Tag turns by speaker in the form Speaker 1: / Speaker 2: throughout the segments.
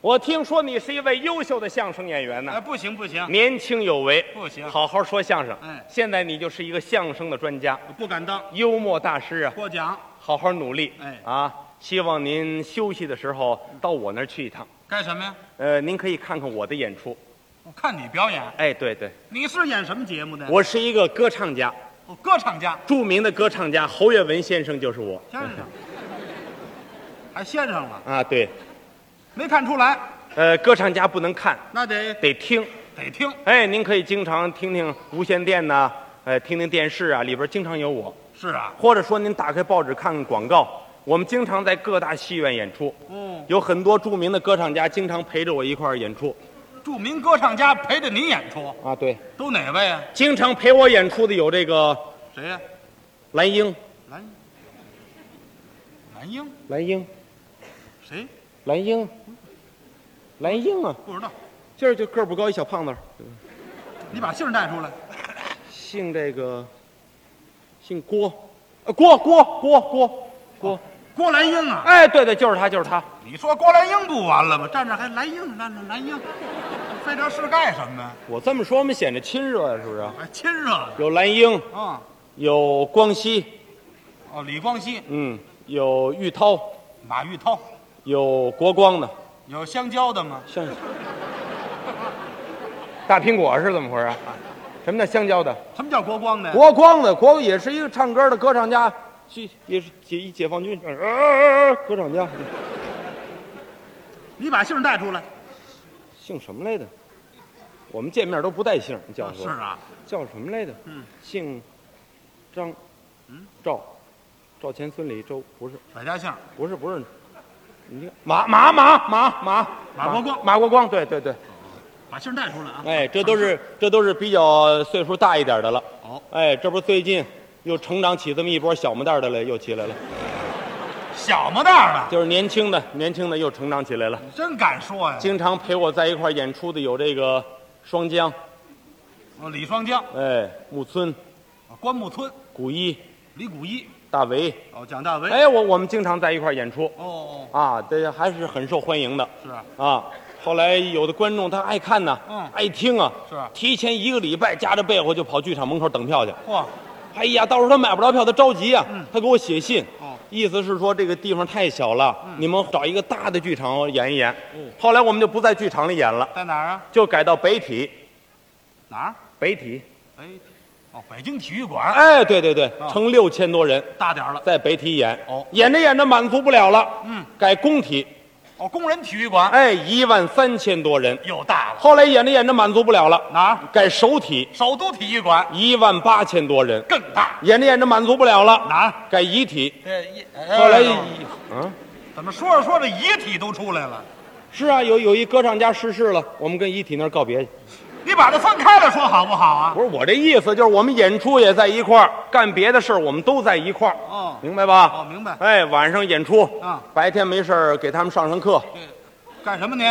Speaker 1: 我听说你是一位优秀的相声演员呢、
Speaker 2: 哎，不行不行，
Speaker 1: 年轻有为，
Speaker 2: 不行
Speaker 1: 好好说相声。
Speaker 2: 哎
Speaker 1: 现在你就是一个相声的专家，
Speaker 2: 不敢当，
Speaker 1: 幽默大师啊，
Speaker 2: 获奖
Speaker 1: 好好努力。
Speaker 2: 哎
Speaker 1: 啊，希望您休息的时候到我那儿去一趟。
Speaker 2: 干什么呀？
Speaker 1: 呃，您可以看看我的演出。
Speaker 2: 我看你表演，
Speaker 1: 哎，对对，
Speaker 2: 你是演什么节目的？
Speaker 1: 我是一个歌唱家，
Speaker 2: 我歌唱家，
Speaker 1: 著名的歌唱家侯月文先生就是我。
Speaker 2: 先生，还先生了，
Speaker 1: 啊，对，
Speaker 2: 没看出来，
Speaker 1: 呃，歌唱家不能看，
Speaker 2: 那得
Speaker 1: 得听。
Speaker 2: 得听，
Speaker 1: 哎，您可以经常听听无线电呐、呃，听听电视啊，里边经常有我。
Speaker 2: 是啊，
Speaker 1: 或者说您打开报纸看看广告，我们经常在各大戏院演出，
Speaker 2: 嗯，
Speaker 1: 有很多著名的歌唱家经常陪着我一块儿演出
Speaker 2: 著名歌唱家陪着你演出，
Speaker 1: 啊。对，
Speaker 2: 都哪位啊？
Speaker 1: 经常陪我演出的有这个
Speaker 2: 谁呀、
Speaker 1: 蓝英、
Speaker 2: 蓝蓝英，
Speaker 1: 蓝英、
Speaker 2: 谁？
Speaker 1: 蓝英、蓝英啊，
Speaker 2: 不知道，
Speaker 1: 今儿就个儿不高一小胖子，
Speaker 2: 你把姓儿带出来。
Speaker 1: 姓这个，姓郭，呃，郭郭郭郭郭，
Speaker 2: 郭兰英啊，
Speaker 1: 哎，对对，就是他，就是他。
Speaker 2: 你说郭兰英不完了吗？站这还蓝英，站这蓝英，非这是干什么呀？
Speaker 1: 我这么说，我们显得亲热呀，是不是？
Speaker 2: 还亲热了
Speaker 1: 有蓝英，
Speaker 2: 啊！
Speaker 1: 有光熙，
Speaker 2: 哦，李光羲、
Speaker 1: 嗯，有玉涛，
Speaker 2: 马玉涛，
Speaker 1: 有国光的，
Speaker 2: 有香蕉的吗？
Speaker 1: 像大苹果是怎么回事啊？什么叫香蕉的？
Speaker 2: 什么叫国光的？
Speaker 1: 国光的，国光也是一个唱歌的歌唱家，解也是解一解放军，呃歌唱家，
Speaker 2: 你把姓儿带出来。
Speaker 1: 姓什么来的？我们见面都不带姓，你叫什
Speaker 2: 是
Speaker 1: 么？
Speaker 2: 啊，
Speaker 1: 叫什么来的？
Speaker 2: 嗯，
Speaker 1: 姓张，
Speaker 2: 嗯，
Speaker 1: 赵，赵钱孙李周，不是，
Speaker 2: 百家姓儿。
Speaker 1: 不是，不是，你看马马马马马
Speaker 2: 马国光
Speaker 1: 马国光，对对对。
Speaker 2: 把姓儿带出来啊！
Speaker 1: 哎，这都是这都是比较岁数大一点的了。
Speaker 2: 哦，
Speaker 1: 哎，这不是最近又成长起这么一波小模蛋儿的来，又起来了，
Speaker 2: 小模蛋儿
Speaker 1: 就是年轻的年轻的又成长起来了。
Speaker 2: 的，真敢说呀！
Speaker 1: 经常陪我在一块儿演出的有这个双江，
Speaker 2: 哦，李双江、哦
Speaker 1: 哎，木村、
Speaker 2: 关牧村、
Speaker 1: 古一、
Speaker 2: 李谷一，
Speaker 1: 大为，
Speaker 2: 哦，蒋大为。
Speaker 1: 哎，我我们经常在一块儿演出
Speaker 2: 哦哦，
Speaker 1: 啊，这还是很受欢迎的
Speaker 2: 是啊，
Speaker 1: 啊。后来有的观众他爱看呐，
Speaker 2: 嗯
Speaker 1: 爱听啊，
Speaker 2: 是啊
Speaker 1: 提前一个礼拜夹着被窝就跑剧场门口等票去。
Speaker 2: 嚯，
Speaker 1: 哎呀，到时候他买不着票，他着急啊，他给我写信，
Speaker 2: 嗯哦嗯
Speaker 1: 意思是说这个地方太小了，你们找一个大的剧场演一演。
Speaker 2: 哦
Speaker 1: 后来我们就不在剧场里演了，
Speaker 2: 在哪儿啊？
Speaker 1: 就改到北体，
Speaker 2: 哪儿？
Speaker 1: 北体，
Speaker 2: 北，哦，北京体育馆，
Speaker 1: 哎，对对对，
Speaker 2: 啊
Speaker 1: 成六千多人
Speaker 2: 大点儿了。
Speaker 1: 在北体演，
Speaker 2: 哦
Speaker 1: 演着演着满足不了了，
Speaker 2: 嗯，
Speaker 1: 改工体，
Speaker 2: 哦，工人体育馆
Speaker 1: 哎，一万三千多人，
Speaker 2: 又大了。
Speaker 1: 后来演着演着满足不了了，
Speaker 2: 哪儿？
Speaker 1: 改首体，
Speaker 2: 首都体育馆
Speaker 1: 一万八千多人，
Speaker 2: 更大。
Speaker 1: 演着演着满足不了了，
Speaker 2: 哪儿？
Speaker 1: 改遗体，
Speaker 2: 这一
Speaker 1: 后来，
Speaker 2: 哎
Speaker 1: 嗯。
Speaker 2: 怎么说着说着遗体都出来了？
Speaker 1: 是啊，有有一歌唱家逝世了，我们跟遗体那儿告别去。
Speaker 2: 你把它分开了说好不好啊？
Speaker 1: 不是我这意思，就是我们演出也在一块儿，干别的事儿我们都在一块儿，
Speaker 2: 哦
Speaker 1: 啊明白吧？
Speaker 2: 哦明白
Speaker 1: 哎，晚上演出，
Speaker 2: 啊
Speaker 1: 白天没事儿给他们上上课，
Speaker 2: 干什么你？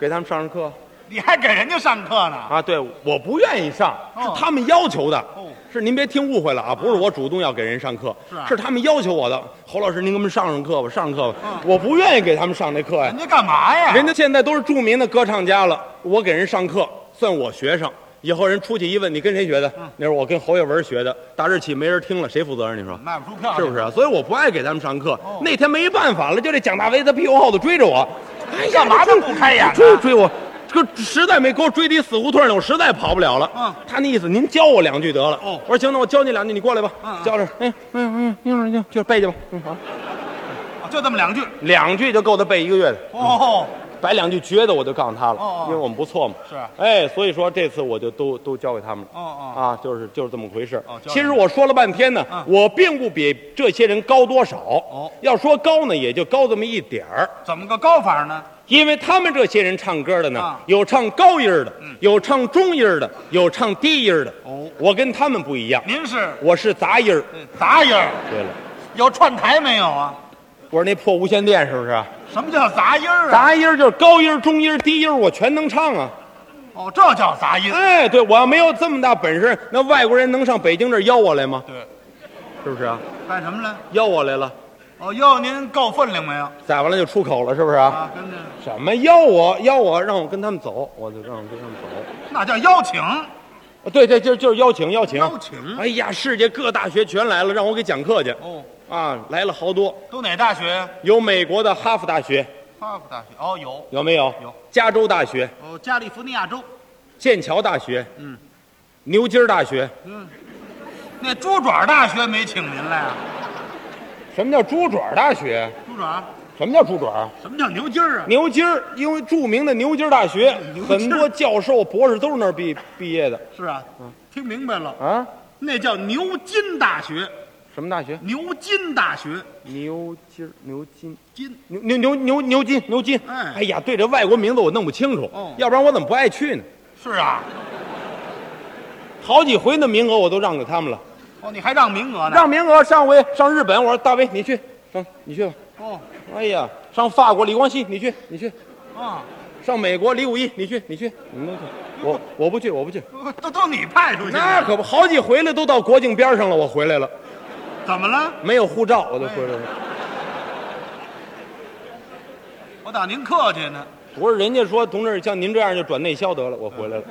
Speaker 1: 给他们上上课
Speaker 2: 你还给人家上课呢？
Speaker 1: 啊。对，我不愿意上，
Speaker 2: 哦
Speaker 1: 是他们要求的。
Speaker 2: 哦
Speaker 1: 是您别听误会了啊，不是我主动要给人上课，
Speaker 2: 是啊
Speaker 1: 他们要求我的。侯老师，您给我们上上课吧，上上课吧。
Speaker 2: 嗯
Speaker 1: 我不愿意给他们上这课呀、
Speaker 2: 人家干嘛呀？
Speaker 1: 人家现在都是著名的歌唱家了，我给人上课算我学生。以后人出去一问，你跟谁学的？那是我跟侯耀文学的。打这起没人听了，谁负责任？你说
Speaker 2: 卖不出票
Speaker 1: 是不
Speaker 2: 是？
Speaker 1: 是？所以我不爱给他们上课
Speaker 2: 哦。
Speaker 1: 那天没办法了，就这蒋大为他屁股后头追着我，哎呀
Speaker 2: 干嘛
Speaker 1: 追
Speaker 2: 他不开眼呢
Speaker 1: 追追我，这个实在没给我追的死胡同里，我实在跑不了了。
Speaker 2: 嗯
Speaker 1: 他那意思，您教我两句得了。
Speaker 2: 哦
Speaker 1: 我说行，那我教你两句，你过来吧
Speaker 2: 嗯。嗯
Speaker 1: 教着，哎呀哎呀哎呀，你说你就背去吧。嗯，好，
Speaker 2: 哦就这么两句。
Speaker 1: 两句就够他背一个月的。
Speaker 2: 哦，
Speaker 1: 摆两句撅的，我就告诉他了，
Speaker 2: 哦哦
Speaker 1: 因为我们不错嘛。
Speaker 2: 是
Speaker 1: 哎，所以说这次我就都都交给他们了。
Speaker 2: 哦哦
Speaker 1: 啊，就是就是这么回事。
Speaker 2: 哦交给他们
Speaker 1: 其实我说了半天呢，
Speaker 2: 嗯
Speaker 1: 我并不比这些人高多少。
Speaker 2: 哦
Speaker 1: 要说高呢，也就高这么一点儿，
Speaker 2: 怎么个高法呢？
Speaker 1: 因为他们这些人唱歌的呢，
Speaker 2: 啊嗯
Speaker 1: 有唱高音儿的，有唱中音儿的，有唱低音儿的。
Speaker 2: 哦
Speaker 1: 我跟他们不一样，
Speaker 2: 您是
Speaker 1: 我是杂音儿。
Speaker 2: 呃杂音儿，
Speaker 1: 对了，
Speaker 2: 有串台没有啊？
Speaker 1: 我说那破无线电是不是啊？
Speaker 2: 什么叫杂音儿啊？
Speaker 1: 杂音儿就是高音儿、中音儿、低音儿，我全能唱啊。
Speaker 2: 哦，这叫杂音。
Speaker 1: 哎，对，我要没有这么大本事，那外国人能上北京这儿邀我来吗？
Speaker 2: 对，
Speaker 1: 是不是啊？
Speaker 2: 干什么来？
Speaker 1: 邀我来了，
Speaker 2: 哦哟，您够分量没有？
Speaker 1: 宰完了就出口了，是不是啊？
Speaker 2: 啊，跟着
Speaker 1: 什么要我要我让我跟他们走，我就让我跟他们走。
Speaker 2: 那叫邀请，
Speaker 1: 啊对对，就就是邀请邀请。
Speaker 2: 邀请
Speaker 1: 哎呀，世界各大学全来了，让我给讲课去。
Speaker 2: 哦，
Speaker 1: 啊，来了好多，
Speaker 2: 都哪大学呀？
Speaker 1: 有美国的哈佛大学，
Speaker 2: 哈佛大学哦，有
Speaker 1: 有没有？
Speaker 2: 有。
Speaker 1: 加州大学、
Speaker 2: 哦，加利福尼亚州，
Speaker 1: 剑桥大学，
Speaker 2: 嗯，
Speaker 1: 牛津儿大学。
Speaker 2: 那猪爪大学没请您来啊？
Speaker 1: 什么叫猪爪大学？
Speaker 2: 猪爪？
Speaker 1: 什么叫猪爪？
Speaker 2: 什么叫牛筋儿啊？
Speaker 1: 牛津儿，因为著名的牛津儿大学
Speaker 2: 牛，津儿
Speaker 1: 很多教授、博士都是那儿毕毕业的
Speaker 2: 是啊，
Speaker 1: 嗯
Speaker 2: 听明白了，
Speaker 1: 啊。
Speaker 2: 那叫牛津大学，
Speaker 1: 什么大学？
Speaker 2: 牛津大学，
Speaker 1: 牛筋儿，牛筋，
Speaker 2: 津
Speaker 1: 牛牛牛牛牛筋，牛筋。
Speaker 2: 哎
Speaker 1: 哎呀，对这外国名字我弄不清楚
Speaker 2: 哦，
Speaker 1: 要不然我怎么不爱去呢？
Speaker 2: 是啊。
Speaker 1: 好几回那名额我都让给他们了，
Speaker 2: 哦，你还让名额呢？
Speaker 1: 让名额。上回上日本，我说大威你去，上你去吧。
Speaker 2: 哦，
Speaker 1: 哎呀，上法国李光羲你去，你去。
Speaker 2: 啊，
Speaker 1: 上美国李武一你去，你去，你们都去。我我不去，我不去。
Speaker 2: 哦都都你派出去的，
Speaker 1: 那可不，好几回了，都到国境边上了，我回来了，
Speaker 2: 怎么了？
Speaker 1: 没有护照，我就回来了。
Speaker 2: 我打您客气呢。
Speaker 1: 我说人家说同志像您这样就转内销得了，我回 来了，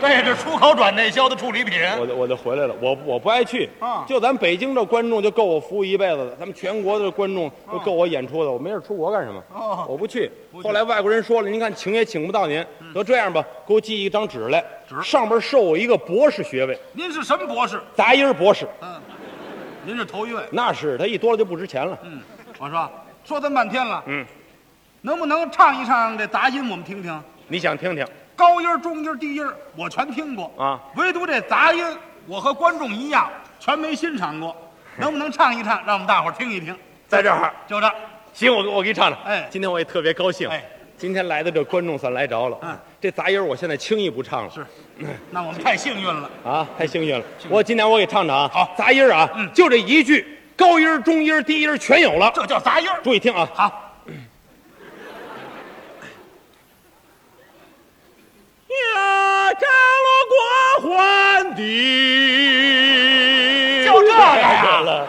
Speaker 2: 对，这出口转内销的处理品，
Speaker 1: 我就我就回来了。我我不爱去
Speaker 2: 啊
Speaker 1: 就咱北京这观众就够我服务一辈子了，咱们全国的观众都够我演出的，我没事出国干什么？
Speaker 2: 啊哦
Speaker 1: 我不去。
Speaker 2: 不去嗯
Speaker 1: 后来外国人说了，您看请也请不到您，得这样吧，给我寄一张纸来，
Speaker 2: 纸
Speaker 1: 上边授我一个博士学位，
Speaker 2: 您是什么博士？
Speaker 1: 杂音儿博士，
Speaker 2: 嗯，您是头一位。
Speaker 1: 那是他一多了就不值钱了。
Speaker 2: 嗯，我说说这么半天了，
Speaker 1: 嗯，
Speaker 2: 能不能唱一唱这杂音，我们听听？
Speaker 1: 你想听听？
Speaker 2: 高音儿、中音儿、低音儿我全听过
Speaker 1: 啊，
Speaker 2: 唯独这杂音，我和观众一样，全没欣赏 过。能不能唱一唱，让我们大伙儿听一听？
Speaker 1: 在这 儿。
Speaker 2: 就这，
Speaker 1: 行，我我给你唱唱。
Speaker 2: 哎
Speaker 1: 今天我也特别高兴。
Speaker 2: 哎，
Speaker 1: 今天来的这观众算来着了。
Speaker 2: 嗯，
Speaker 1: 这杂音儿我现在轻易不唱了。
Speaker 2: 是，那我们太幸运了。
Speaker 1: 啊，太幸运了。我今天我给唱唱啊。
Speaker 2: 好
Speaker 1: 杂音儿啊，
Speaker 2: 嗯
Speaker 1: 就这一句，高音儿、中音儿、低音儿全有了。
Speaker 2: 这叫杂音儿。
Speaker 1: 注意听啊，
Speaker 2: 好，
Speaker 1: 呀，扎了光环的，
Speaker 2: 就这个呀
Speaker 1: 了。